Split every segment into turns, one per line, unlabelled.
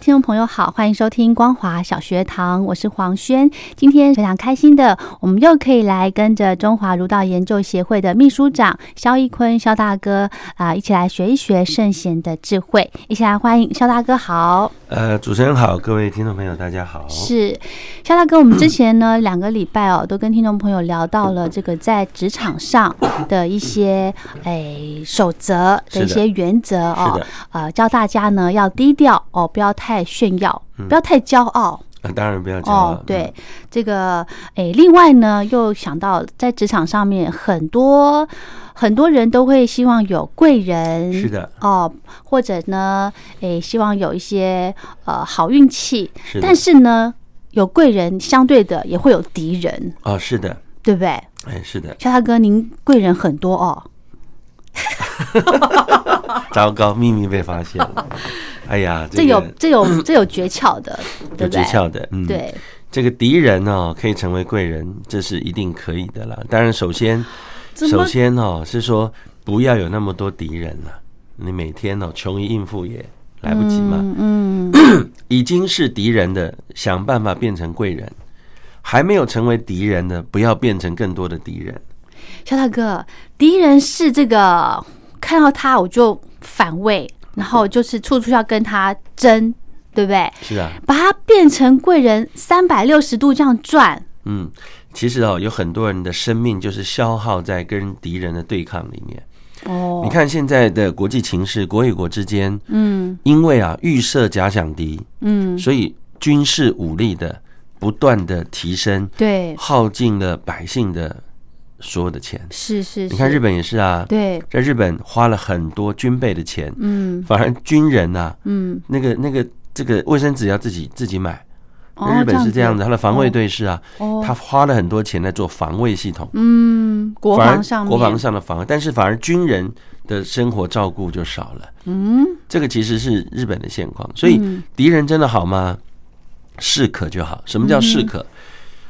听众朋友好，欢迎收听光华小学堂，我是黄轩。今天非常开心的，我们又可以来跟着中华儒道研究协会的秘书长肖一坤肖大哥啊、一起来学一学圣贤的智慧，一起来欢迎肖大哥好。
呃，主持人好，各位听众朋友，大家好。
是，肖大哥，我们之前呢两个礼拜哦，都跟听众朋友聊到了这个在职场上的一 些诶、守则的一
是的
些原则
是
哦
的，
呃，教大家呢要低调哦，不要太炫耀，
嗯
不要太骄傲。
呃当然不要骄傲。
哦，对，这个诶，另外呢，又想到在职场上面，很多很多人都会希望有贵人，
嗯，是的，
哦，或者呢，诶，希望有一些呃好运气，
是的
但，是呢，有贵人，相对的也会有敌人，
哦，是的，
对不对？
哎，是的，
肖大哥，您贵人很多哦，
糟糕，秘密被发现了。 哎呀，
这
个
有这有这有诀窍 的，对
有
不
诀
对？
窍的，嗯，，
对，
这个敌人哦，可以成为贵人，这是一定可以的啦。当然，首先，
怎
首
么
先哦，是说不要有那么多敌人了，你每天哦穷于应付也来不及嘛。
嗯，
已经是敌人的，想办法变成贵人；还没有成为敌人的，不要变成更多的敌人。
肖大哥，敌人是这个，看到他我就反胃，然后就是处处要跟他争，对不对？
是啊，
把他变成贵人，三百六十度这样转，
嗯，其实哦，有很多人的生命就是消耗在跟敌人的对抗里面。
哦，
你，看现在的国际情势，国与国之间，
嗯
因为啊预设假想敌，
嗯，
所以军事武力的不断的提升，
对，
耗尽了百姓的所有的钱。
是是是，
你看日本也是啊，
对，
在日本花了很多军备的钱，
嗯
反而军人呐、
嗯，
那个那个这个卫生纸要自己自己买。
哦
日本是这样子，
子
他的防卫队是啊，
哦，
他花了很多钱在做防卫系统。
嗯，国
反而
防上面，
国防上的防，但是反而军人的生活照顾就少了。
嗯，
这个其实是日本的现况。所以
嗯
敌人真的好吗？适可就好。什么叫适
嗯
可？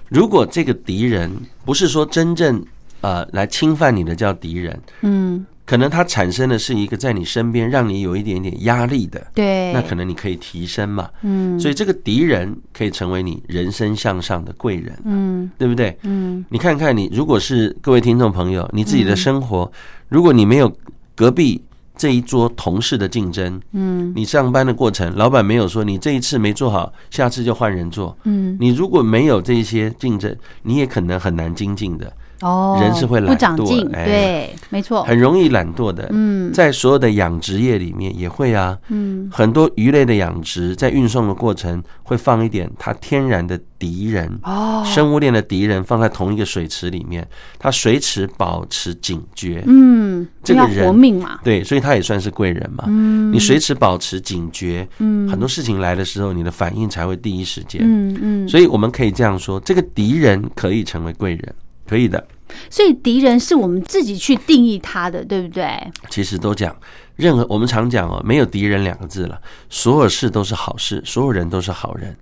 如果这个敌人不是说真正呃来侵犯你的叫敌人，
嗯，
可能他产生的是一个在你身边让你有一点点压力的，
对，
那可能你可以提升嘛。
嗯，
所以这个敌人可以成为你人生向上的贵人，
嗯
对不对？
嗯，
你看看你，如果是各位听众朋友，你自己的生活，如果你没有隔壁这一桌同事的竞争，
嗯，
你上班的过程，老板没有说你这一次没做好，下次就换人做，
嗯，
你如果没有这些竞争，你也可能很难精进的，
哦，
人是会懒
不长
惰
进，
哎
对，没错，
很容易懒惰的。
哦嗯
在所有的养殖业里面也会啊，
嗯，
很多鱼类的养殖在运送的过程会放一点它天然的敌人，
哦，
生物链的敌人放在同一个水池里面，它随时保持警觉。
嗯，
这
就
个
要
人
活命嘛，
对，所以他也算是贵人嘛。
嗯
你随时保持警觉，
嗯
很多事情来的时候，你的反应才会第一时间。
嗯嗯，
所以我们可以这样说：这个敌人可以成为贵人，可以的。
所以敌人是我们自己去定义他的，对不对？
其实都讲，任何我们常讲哦，没有敌人两个字了，所有事都是好事，所有人都是好人。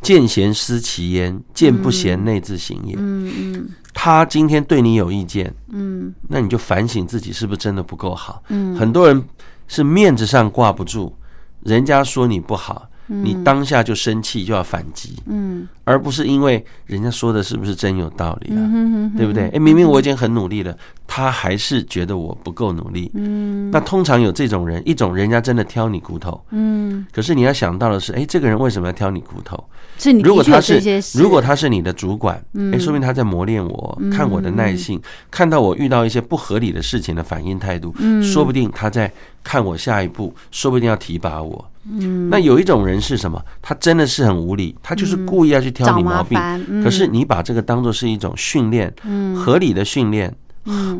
见贤思齐焉，见不贤内自省也。
嗯嗯
他今天对你有意见，
嗯
那你就反省自己是不是真的不够好。
嗯
很多人是面子上挂不住，人家说你不好，你当下就生气就要反击，
嗯
而不是因为人家说的是不是真有道理啊，
嗯
对不对？哎，明明我已经很努力了，他还是觉得我不够努力。
嗯
那通常有这种人，一种人家真的挑你骨头，
嗯，
可是你要想到的是，哎，这个人为什么要挑你骨头？
是你
如果
的确有
他
这些
是
事，嗯
如果他是你的主管，哎，说明他在磨练我，看我的耐性，看到我遇到一些不合理的事情的反应态度，
嗯
说不定他在看我下一步，说不定要提拔我。嗯，那有一种人是什么？他真的是很无理，他就是故意要去挑
嗯找
你
麻
毛病。
烦，嗯
可是你把这个当做是一种训练，合理的训练，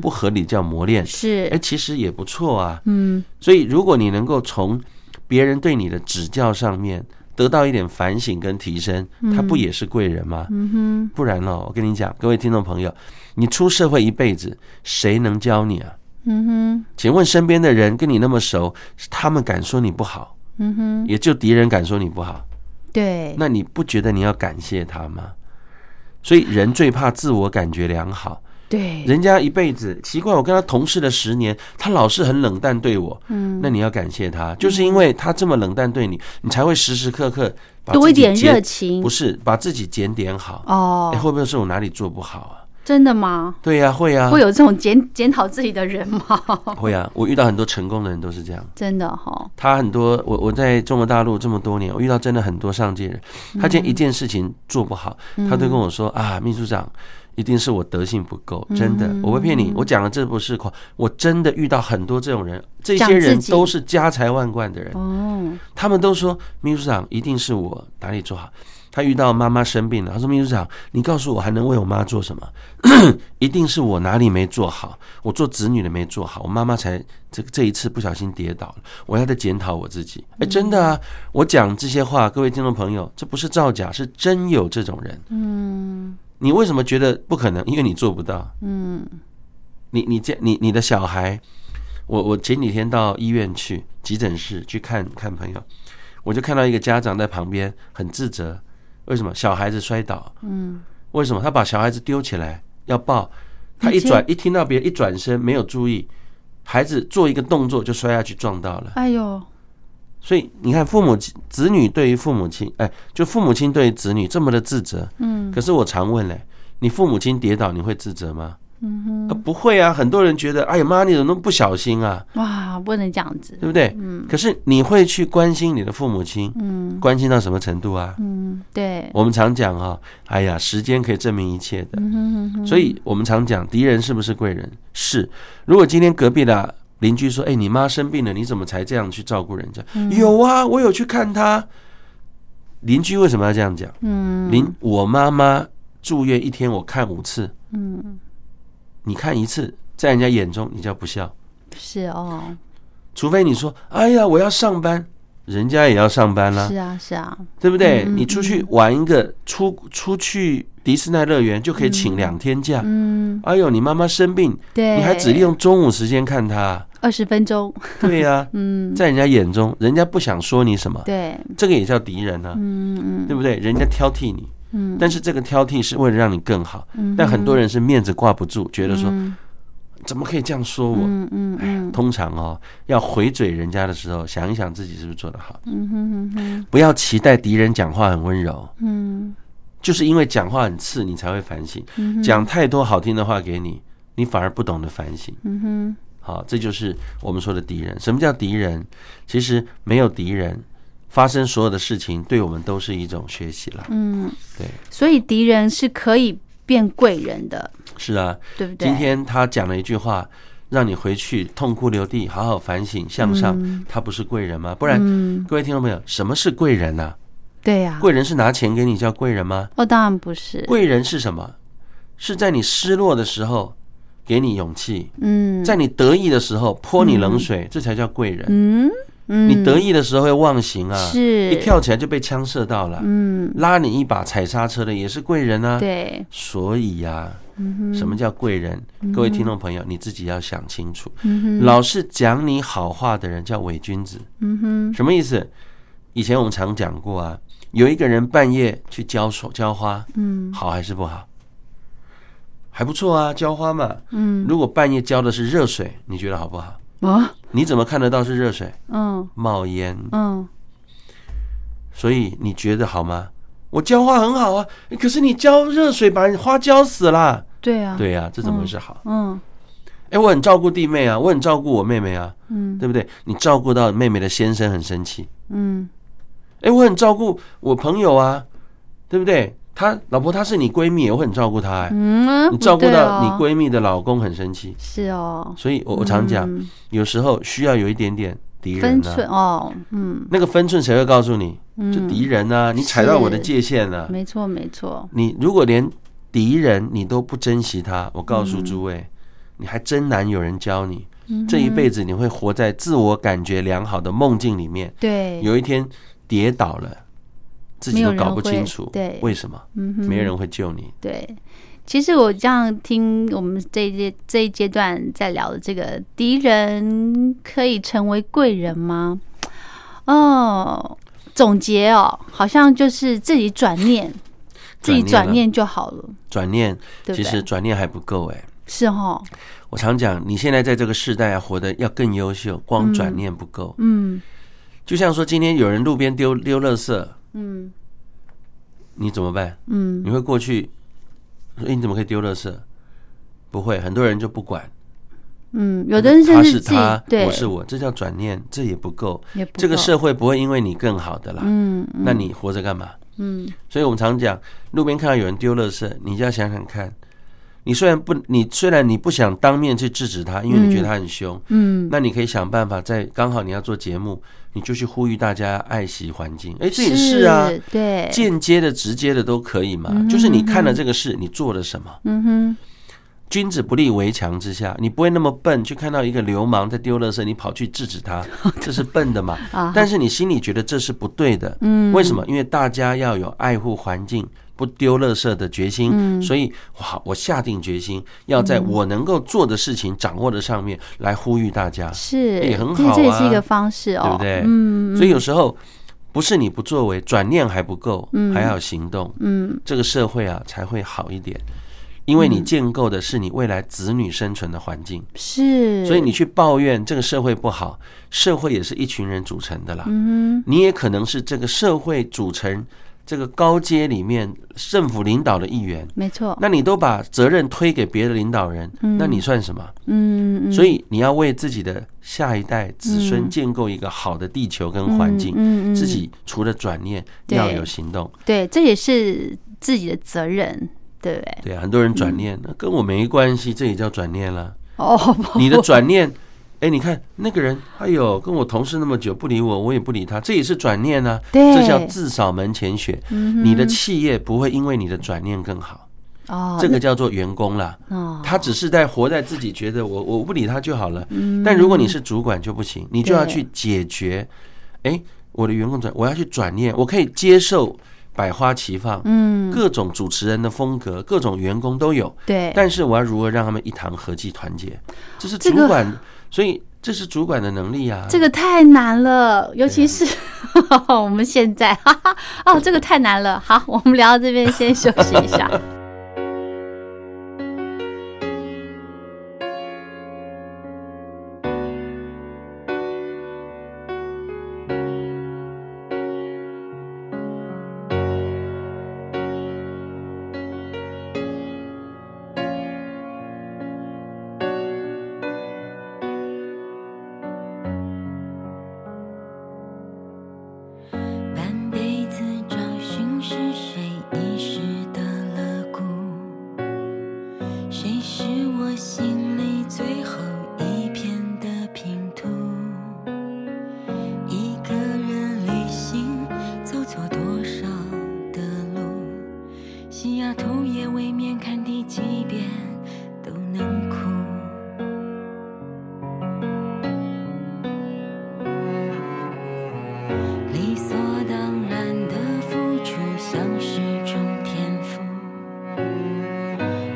不合理叫磨练。
嗯是
哎，其实也不错啊。
嗯
所以，如果你能够从别人对你的指教上面得到一点反省跟提升，他不也是贵人吗？
嗯
不然哦，我跟你讲，各位听众朋友，你出社会一辈子，谁能教你啊？
哼嗯哼
请问身边的人跟你那么熟，他们敢说你不好，
嗯哼，
也就敌人敢说你不好，
对，
那你不觉得你要感谢他吗？所以人最怕自我感觉良好，
对，
人家一辈子奇怪，我跟他同事了十年，他老是很冷淡对我，
嗯
那你要感谢他，就是因为他这么冷淡对你，你才会时时刻刻把
多
自
一
己
点热
检，
情
不是把自己检点好。
哦
哎，，会不会是我哪里做不好啊？
真的吗？
对呀、会呀、
会有这种检检讨自己的人吗？
会呀、我遇到很多成功的人都是这样。
真的哈，
他很多，我我在中国大陆这么多年，我遇到真的很多上届人，
嗯
他今天一件事情做不好，他都跟我说啊，秘书长，一定是我德性不够，
嗯
真的，我不骗你，我讲的这不是夸，我真的遇到很多这种人，这
讲
些人
自己
都是家财万贯的人，
哦，
他们都说秘书长一定是我哪里做好。他遇到妈妈生病了，他说：“秘书长，你告诉我还能为我妈做什么？ 一定是我哪里没做好，我做子女的没做好，我妈妈才这这一次不小心跌倒了，我要再检讨我自己。”哎，真的啊，我讲这些话，各位听众朋友，这不是造假，是真有这种人。嗯，你为什么觉得不可能？因为你做不到。嗯，你你这你你的小孩，我我前几天到医院去急诊室去看看朋友，我就看到一个家长在旁边很自责，为什么小孩子摔倒？嗯，为什么他把小孩子丢起来要抱？他一转一听到别人一转身没有注意，孩子做一个动作就摔下去撞到了。
哎呦，
所以你看，父母亲子女对于父母亲，哎，就父母亲对于子女这么的自责。嗯，可是我常问嘞，你父母亲跌倒你会自责吗？嗯哼，不会啊。很多人觉得，哎呀妈，你怎么那么不小心啊？
哇，不能这样子，
对不对？嗯。可是你会去关心你的父母亲，嗯，关心到什么程度啊？
嗯，对，
我们常讲哈、哎呀，时间可以证明一切的。所以我们常讲，敌人是不是贵人？是。如果今天隔壁的邻居说：“哎，你妈生病了，你怎么才这样去照顾人家？”有啊，我有去看她。邻居为什么要这样讲？
嗯，
邻我妈妈住院一天，我看五次，
嗯，
你看一次，在人家眼中你叫不孝。
是哦，
除非你说：“哎呀，我要上班。”人家也要上班啦、
是啊，是啊，
对不对？你出去玩一个，出出去迪士尼乐园就可以请两天假。
嗯，
哎呦，你妈妈生病，
对，
你还只利用中午时间看她，
二十分钟，
对呀、
嗯，
在人家眼中，人家不想说你什么，
对，
这个也叫敌人啊，
嗯
对不对？人家挑剔你，
嗯
但是这个挑剔是为了让你更好，但很多人是面子挂不住，觉得说
嗯
怎么可以这样说我？
嗯嗯
哎呀，
嗯
通常哦，要回嘴人家的时候，想一想自己是不是做得好，
嗯哼哼哼，
不要期待敌人讲话很温柔，
嗯
就是因为讲话很刺，你才会反省。讲太多好听的话给你，你反而不懂得反省。
嗯哼，
好，这就是我们说的敌人。什么叫敌人？其实没有敌人，发生所有的事情对我们都是一种学习了。
嗯，
对，
所以敌人是可以变贵人的，
是啊，
对不对？
今天他讲了一句话，让你回去痛哭流涕，好好反省，向上。他不是贵人吗？不然，
嗯，
各位听众朋友，什么是贵人啊呢、
对呀、
贵人是拿钱给你叫贵人吗？
哦，当然不是，
贵人是什么？是在你失落的时候给你勇气，
嗯，
在你得意的时候泼你冷水，这才叫贵人。
嗯嗯，
你得意的时候会忘形啊，
是
一，跳起来就被枪射到了，
嗯，
拉你一把踩刹车的也是贵人啊。
对，嗯
所以呀、什么叫贵人？各位听众朋友，你自己要想清楚。
嗯哼，
老是讲你好话的人叫伪君子，
嗯哼，
什么意思？以前我们常讲过啊，有一个人半夜去浇手浇花，
嗯
好还是不好？还不错啊，浇花嘛。
嗯，
如果半夜浇的是热水，你觉得好不好？
啊，
你怎么看得到是热水？
哦嗯
冒烟，
嗯
所以你觉得好吗？我浇花很好啊，可是你浇热水把花浇死了。
对啊，，
对呀、这怎么会是好？
嗯
哎、我很照顾弟妹啊，我很照顾我妹妹啊，
嗯
对不对？你照顾到妹妹的先生很生气，
嗯
哎、我很照顾我朋友啊，对不对？她老婆她是你闺蜜，我很照顾她、哎
嗯啊，
你照顾
对
到你
哦
闺蜜的老公很生气，
是哦，
所以我我常讲，
嗯
有时候需要有一点点敌人
分
啊，
寸哦，嗯
那个分寸谁会告诉你？
嗯，
就敌人啊，你踩到我的
是
界限了、
没错没错，
你如果连敌人你都不珍惜他，我告诉
嗯
诸位，你还真难有人教你。这一辈子你会活在自我感觉良好的梦境里面，
对，
有一天跌倒了，自己都搞不清楚，
没有人会对
为什么
嗯哼
没有人会救你？
对。其实我这样听，我们这一阶这一阶段在聊的这个敌人可以成为贵人吗？哦，总结哦，好像就是自己转念，自己转
了，
念就好了，
转念，
对不
其实
对？
转念还不够哎。
是哦，
我常讲，你现在在这个世代啊，活得要更优秀，光转念不够。
嗯
就像说，今天有人路边丢丢垃圾，
嗯
你怎么办？
嗯
你会过去说：“哎、你怎么可以丢垃圾？”不会，很多人就不管。
嗯，有的人甚
他
至
是
自己
他，
对，
我是我，这叫转念，这也不够。
也不
这个
够
社会不会因为你更好的啦，
嗯，嗯
那你活着干嘛？
嗯
所以我们常讲，路边看到有人丢垃圾，你就要想想看。你虽然不，你虽然你不想当面去制止他，因为你觉得他很凶，
嗯
那你可以想办法在刚好你要做节目，你就去呼吁大家爱惜环境。哎，这也是啊，，
对，
间接的、直接的都可以嘛。
嗯哼
就是你看了这个事，你做了什么？
嗯哼，
君子不立围墙之下，你不会那么笨去看到一个流氓在丢垃圾，你跑去制止 他，这是笨的嘛？
啊，
但是你心里觉得这是不对的，
嗯，
为什么？因为大家要有爱护环境、不丢垃圾的决心，
嗯
所以哇，我下定决心要在我能够做的事情、掌握的上面来呼吁大家，
是
也很
这
好
这也
啊
是一个方式哦，
对不对
嗯，
所以有时候不是你不作为，转念还不够，
嗯
还要有行动，
嗯
这个社会啊才会好一点。因为你建构的是你未来子女生存的环境，
是，
所以你去抱怨这个社会不好，社会也是一群人组成的啦。
嗯
你也可能是这个社会组成这个高阶里面政府领导的一员，
哼，没错，
那你都把责任推给别的领导人，
嗯
那你算什么？
嗯，嗯
所以你要为自己的下一代子孙
嗯
建构一个好的地球跟环境。
嗯嗯嗯
自己除了转念，
对
要有行动。
对，这也是自己的责任，对不对？
对啊，很多人转
嗯
念，那跟我没关系，这也叫转念啦。
哦，
你的转念，哎，你看那个人，哎呦，跟我同事那么久不理我，我也不理他，这也是转念啊。
对，
这叫自扫门前雪。
嗯哼
你的企业不会因为你的转念更好，
哦，
这个叫做员工啦。
哦，
他只是在活在自己觉得我我不理他就好了。
嗯
但如果你是主管就不行，你就要去解决。哎，我的员工转，我要去转念，我可以接受百花齐放，
嗯，
各种主持人的风格，各种员工都有。
对，
但是我要如何让他们一堂合计团结？这是
这
主
个
管，所以这是主管的能力啊。
这个太难了，尤其 是、我们现在， 哈哈，哦，这个太难了。好，我们聊到这边，先休息一下。
半辈子找寻是谁遗失的了骨？谁是我心里最后一片的拼图？一个人旅行，走错多少的路？西雅图夜未眠，看第几遍都能哭。理所当然的付出，像是种天赋。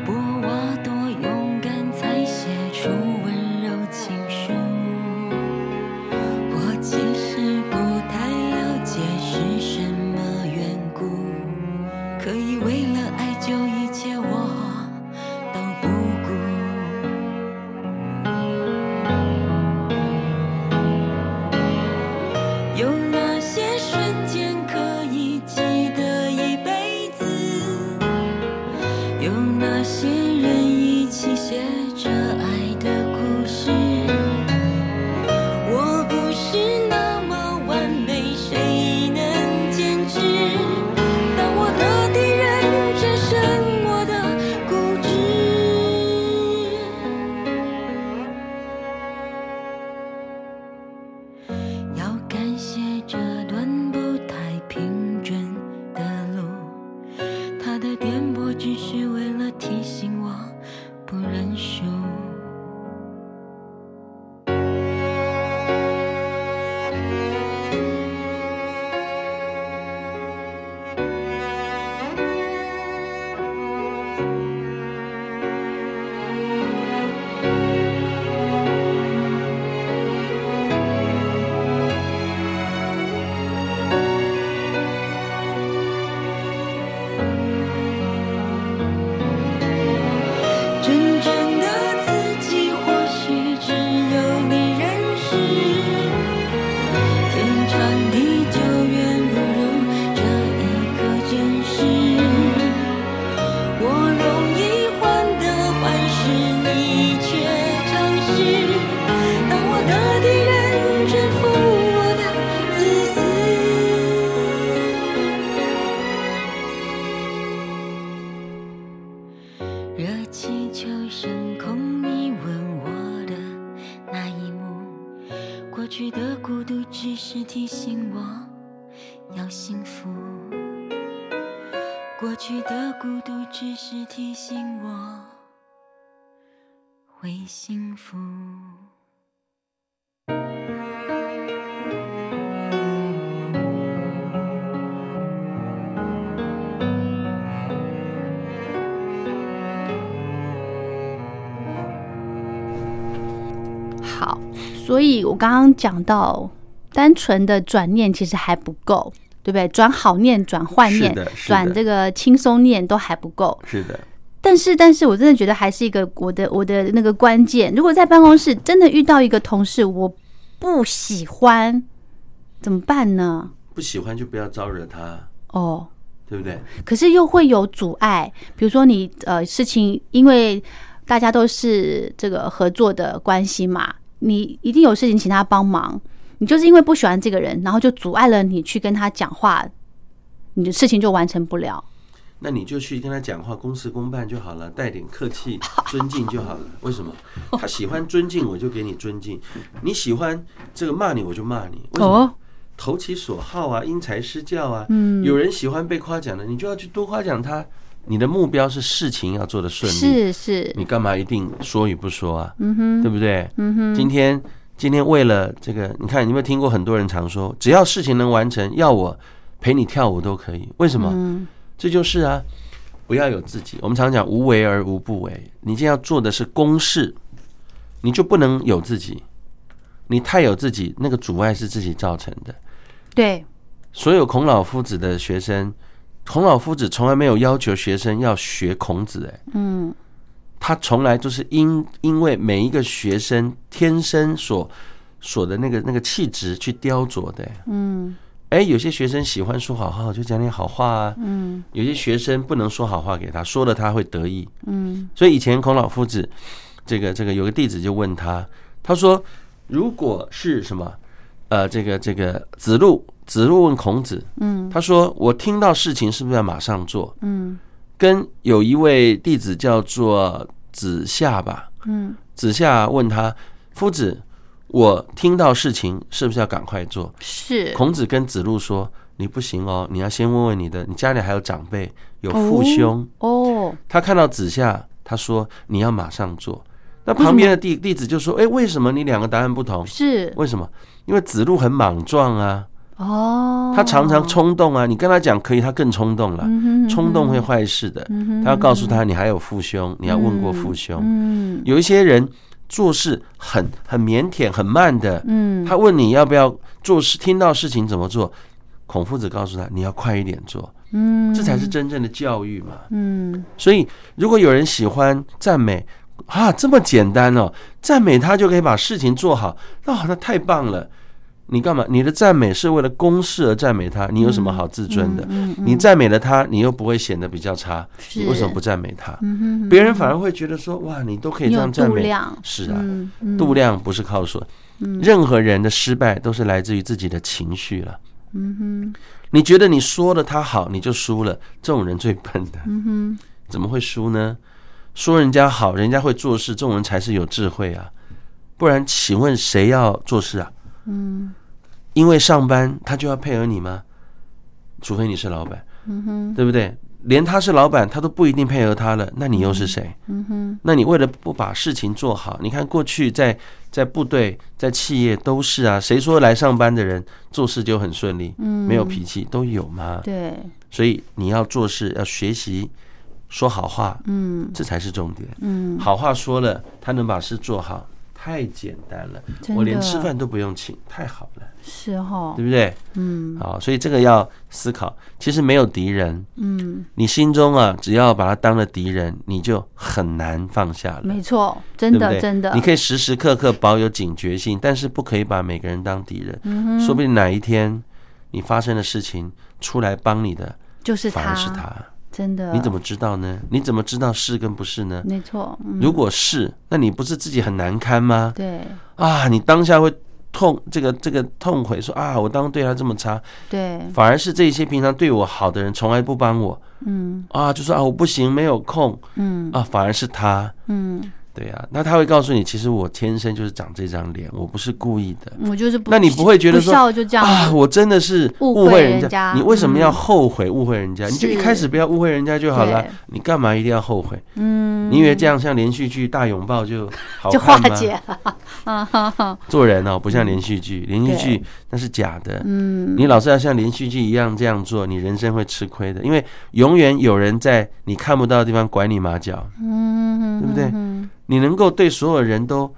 不，我多勇敢才写出温柔情书。我其实不太了解是什么缘故，可以为了爱就一切，我都不顾。有哪些瞬间可有那些人一起写着爱的故事。我不是那么完美，谁能坚持？当我的敌人战胜我的固执，要感谢这段不太平整的路。他的点拨只是为了提醒我不认输。真正的自己或许只有你认识，天长地久远不如这一刻真实。我容易患得患失，你却尝试。当我的敌人征服我的自私，热气球升空，你吻我的那一幕，过去的孤独只是提醒我要幸福。过去的孤独只是提醒我会幸福。
好，所以我刚刚讲到，单纯的转念其实还不够，对不对？转好念、转坏
是
念
的、是
转
的
这个轻松念都还不够。
是的，
但是，但是我真的觉得还是一个我的我的那个关键。如果在办公室真的遇到一个同事，我不喜欢，怎么办呢？
不喜欢就不要招惹他，
哦，
对不对？
可是又会有阻碍，比如说你呃事情，因为大家都是这个合作的关系嘛，你一定有事情请他帮忙，你就是因为不喜欢这个人，然后就阻碍了你去跟他讲话，你的事情就完成不了。
那你就去跟他讲话，公事公办就好了，带点 客气、尊敬就好了。为什么？他喜欢尊敬，我就给你尊敬；你喜欢这个骂你，我就骂你。为什么？
哦
投其所好啊，因材施教啊。
嗯
有人喜欢被夸奖的，你就要去多夸奖他。你的目标是事情要做得顺利，
是是，
你干嘛一定说与不说啊？
嗯哼，
对不对？
嗯哼，
今天今天为了这个，你看你有没有听过很多人常说，只要事情能完成，要我陪你跳舞都可以。为什么？
嗯
这就是啊，不要有自己。我们常讲无为而无不为，你今天要做的是公事，你就不能有自己。你太有自己，那个阻碍是自己造成的。
对，
所有孔老夫子的学生，孔老夫子从来没有要求学生要学孔子，哎，
嗯
他从来都是因因为每一个学生天生所所的那个那个气质去雕琢的。哎
嗯
哎，有些学生喜欢说好话，我就讲点好话啊。
嗯
有些学生不能说好话给他，说了他会得意。
嗯
所以以前孔老夫子，这个这个有个弟子就问他，他说，如果是什么，呃，这个这个子路，子路问孔子，
嗯
他说我听到事情是不是要马上做？
嗯
跟有一位弟子叫做子夏吧，
嗯，
子夏问他，夫子，我听到事情是不是要赶快做？
是，
孔子跟子路说，你不行哦，你要先问问你的，你家里还有长辈，有父兄。
哦，
他看到子夏，他说：“你要马上做。”那旁边的弟弟子就说：“哎，为什么你两个答案不同？
是
为什么？因为子路很莽撞啊，
哦，
他常常冲动啊。你跟他讲可以，他更冲动了。
嗯哼
冲动会坏事的。他要告诉他，你还有父兄，你要问过父兄。
嗯
有一些人做事很很腼腆、很慢的，
嗯，
他问你要不要做事，听到事情怎么做，孔夫子告诉他，你要快一点做，
嗯
这才是真正的教育嘛。”
嗯
所以，如果有人喜欢赞美啊啊，这么简单哦，赞美他就可以把事情做好，那、那太棒了。你干嘛？你的赞美是为了公事而赞美他，你有什么好自尊的？
嗯嗯嗯
你赞美了他，你又不会显得比较差，
是
你为什么不赞美他？
嗯哼哼
别人反而会觉得说，哇，你都可以
你
这
有
样赞
度
美
量。
是啊，
嗯嗯
度量不是靠说，任何人的失败都是来自于自己的情绪了。
嗯
你觉得你说了他好，你就输了，这种人最笨的，
哼，嗯哼，
怎么会输呢？说人家好，人家会做事，这种人才是有智慧啊！不然，请问谁要做事啊？
嗯
因为上班他就要配合你吗？除非你是老板，
嗯哼，
对不对？连他是老板，他都不一定配合他了，那你又是谁？
嗯哼，
那你为了不把事情做好，你看过去在在部队、在企业都是啊，谁说来上班的人做事就很顺利，
嗯，
没有脾气都有嘛？
对，
所以你要做事要学习说好话，
嗯
这才是重点。
嗯，
好话说了，他能把事做好，太简单了，
真
我连
的
吃饭都不用请，太好了，
是哦
对，不对？
嗯
好，啊所以这个要思考。其实没有敌人，
嗯，
你心中啊，只要把他当了敌人，你就很难放下了。
没错，
对
真
不
的
对
真的，
你可以时时刻刻保有警觉性，但是不可以把每个人当敌人。
嗯
说不定哪一天你发生的事情出来帮你的
就是
反
他，
而是他，
真的，
你怎么知道呢？你怎么知道是跟不是呢？
没错，嗯
如果是，那你不是自己很难堪吗？
对
啊，你当下会痛，这个这个痛悔说啊，我当初对他这么差，
对，
反而是这些平常对我好的人从来不帮我
嗯
啊，就说啊我不行，没有空
嗯
啊，反而是他，
嗯，
对啊，那他会告诉你，其实我天生就是长这张脸，我不是故意的
我就是不，
那你不会觉得说
笑就这样
啊，
子，
我真的是误
误会
会
人
人
家
家，你为什么要
嗯
后悔误会人家？你就一
是
开始不要误会人家就好了
对，
你干嘛一定要后悔？
嗯，
你以为这样像连续剧大拥抱就好
就化
看吗？
解了，啊哈哈，
做人哦，不像连续剧，连续剧那是假的。
嗯，
你老是要像连续剧一样这样做，你人生会吃亏的，因为永远有人在你看不到的地方拐你马脚。
嗯，
对不对
嗯
你能够对所有人都，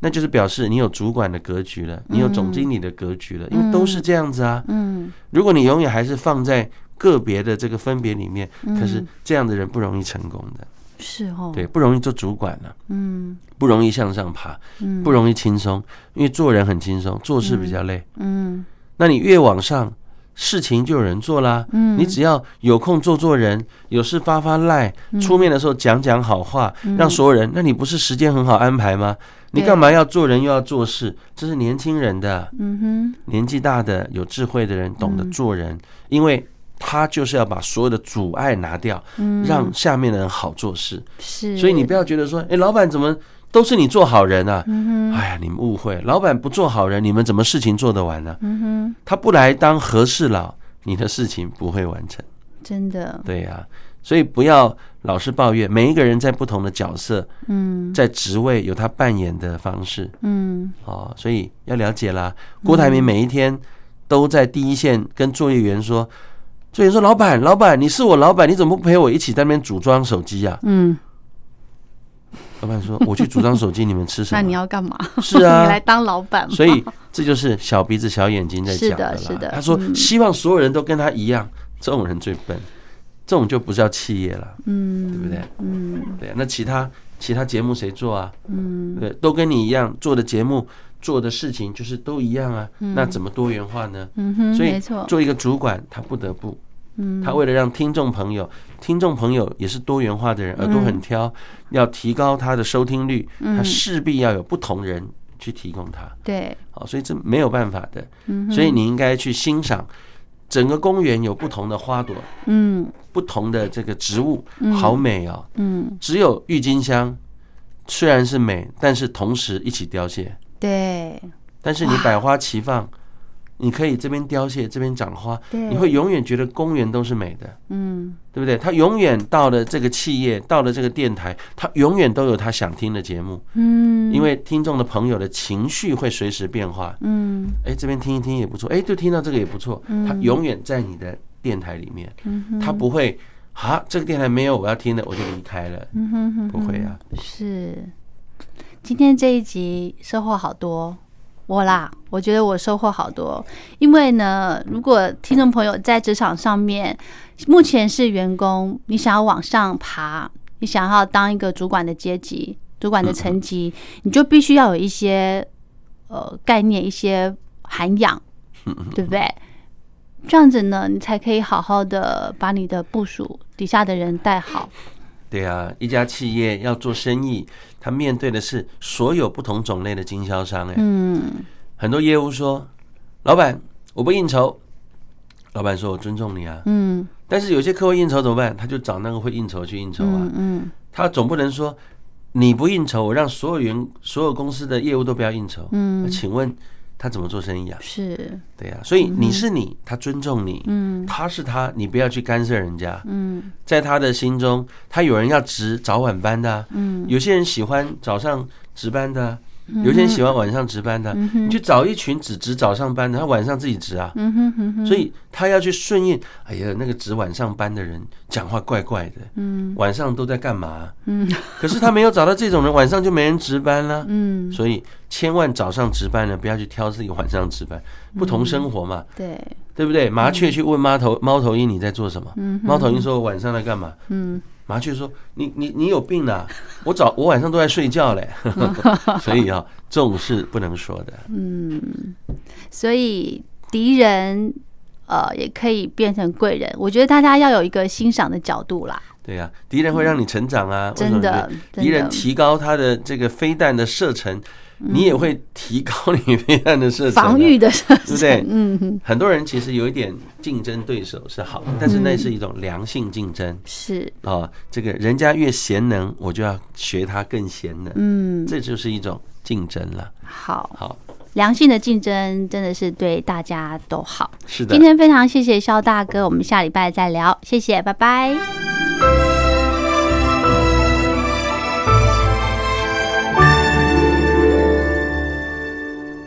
那就是表示你有主管的格局了，你有总经理的格局了，因为都是这样子啊。
嗯，
如果你永远还是放在个别的这个分别里面，
嗯
可是这样的人不容易成功的，
是哦，
对，，不容易做主管了、
嗯
不容易向上爬，
嗯，
不容易轻松，因为做人很轻松，做事比较累。
嗯
那你越往上，事情就有人做啦。
嗯，
你只要有空做做人，有事发发赖，
嗯
出面的时候讲讲好话，让所有人。那你不是时间很好安排吗？你
对
干嘛要做人又要做事？这是年轻人的，
嗯哼，
年纪大的有智慧的人懂得做人，
嗯
因为他就是要把所有的阻碍拿掉，
嗯，
让下面的人好做事。
是，
所以你不要觉得说，哎，老板怎么都是你做好人啊？
嗯
哎呀，你们误会，老板不做好人，你们怎么事情做得完呢、
嗯
他不来当和事佬，你的事情不会完成。
哼，真的，
对呀、所以不要老是抱怨。每一个人在不同的角色，
嗯
在职位有他扮演的方式
嗯，
哦，所以要了解啦。郭台铭每一天都在第一线跟作业员说，作业员说：“老板，老板，你是我老板，你怎么不陪我一起在那边组装手机呀、
嗯，
老板说：“我去组装手机，你们吃什 么？”
那你要干嘛？
是 啊
你来当老板嘛，
所以这就是小鼻子小眼睛在讲啦。
是的是的
他说
嗯
希望所有人都跟他一样，这种人最笨，这种就不叫企业了，
嗯，
对不对？
嗯
对啊，那其他其他节目谁做啊？
嗯，
对，都跟你一样做的节目、做的事情就是都一样啊，那怎么多元化呢？
嗯哼，
所以
没错，
做一个主管，他不得不，
嗯
他为了让听众朋友，听众朋友也是多元化的
嗯
人，耳朵很挑，要提高他的收听率，他势必要有不同人去提供他。
对，嗯
好，所以这没有办法的。所以你应该去欣赏整个公园有不同的花朵、
嗯
不同的这个植物，好美哦。
嗯，
只有郁金香虽然是美，但是同时一起凋谢。
对
但是你百花齐放，你可以这边凋谢，这边长花，
对，
你会永远觉得公园都是美的。
嗯
对不对？他永远到了这个企业，到了这个电台，他永远都有他想听的节目，
嗯，
因为听众的朋友的情绪会随时变化。
嗯
哎，这边听一听也不错，哎，就听到这个也不错，它永远在你的电台里面，
嗯
它不会啊，这个电台没有我要听的，我就离开了，
嗯哼哼，
不会啊，
是，今天这一集收获好多。我啦，我觉得我收获好多，因为呢，如果听众朋友在职场上面，目前是员工，你想要往上爬，你想要当一个主管的阶级、主管的层级，你就必须要有一些呃概念、一些涵养，对不对？这样子呢，你才可以好好的把你的部署底下的人带好。
对啊，一家企业要做生意，它面对的是所有不同种类的经销商、哎、
嗯，
很多业务说，老板我不应酬，老板说我尊重你啊，
嗯，
但是有些客户应酬怎么办？他就找那个会应酬去应酬啊，
嗯嗯
他总不能说你不应酬，我让所有员所有公司的业务都不要应酬。那
嗯，
请问他怎么做生意啊？
是，
对呀、所以你是你，他尊重你，
嗯
他是他，你不要去干涉人家。
嗯
在他的心中，他有人要值早晚班的啊、
嗯，
有些人喜欢早上值班的啊、有些人喜欢晚上值班的啊、
嗯哼
你去找一群只值早上班的，他晚上自己值啊。
嗯哼哼哼，
所以他要去顺应，哎呀，那个值晚上班的人讲话怪怪的，
嗯
晚上都在干嘛啊、
嗯
可是他没有找到这种人，晚上就没人值班啦、
嗯，
所以千万早上值班呢，不要去挑自己晚上值班，不同生活嘛，
对，
对不对？麻雀去问猫头猫头鹰你在做什么，
嗯嗯哼
猫头鹰说我晚上在干嘛？
嗯
麻雀说你你你有病啊！我早我晚上都在睡 觉嘞，所以啊，这种事不能说的。
嗯，所以敌人呃也可以变成贵人，我觉得大家要有一个欣赏的角度啦，
对呀、敌人会让你成长啊，为什么
嗯真的
你，
真
敌人
的
提高他的这个飞弹的射程，你也会提高你飞弹的射程
嗯
啊、
防御的，对
对不对
嗯哼，
很多人其实有一点竞争对手是好的，但是那是一种良性竞争
是，
啊、这个人家越贤能，我就要学他更贤能，
嗯，
这就是一种竞争了。
好，
好，
良性的竞争真的是对大家都好。
是的
今。天非常谢谢肖大哥，我们下礼拜再聊，谢谢，拜拜。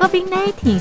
COVID-19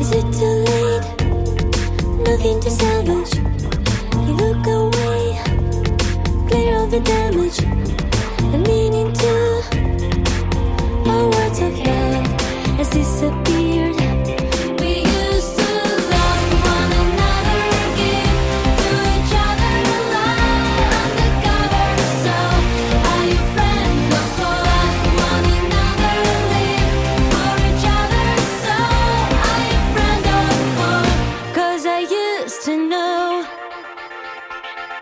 Is it too late? Nothing to salvage. You look away, clear all the damage and meaning to. Our words of love has disappeared. We used to love one another, give to each other love undercover. So are you friend or foe? One another live for each other. So are you friend or foe? 'Cause I used to know.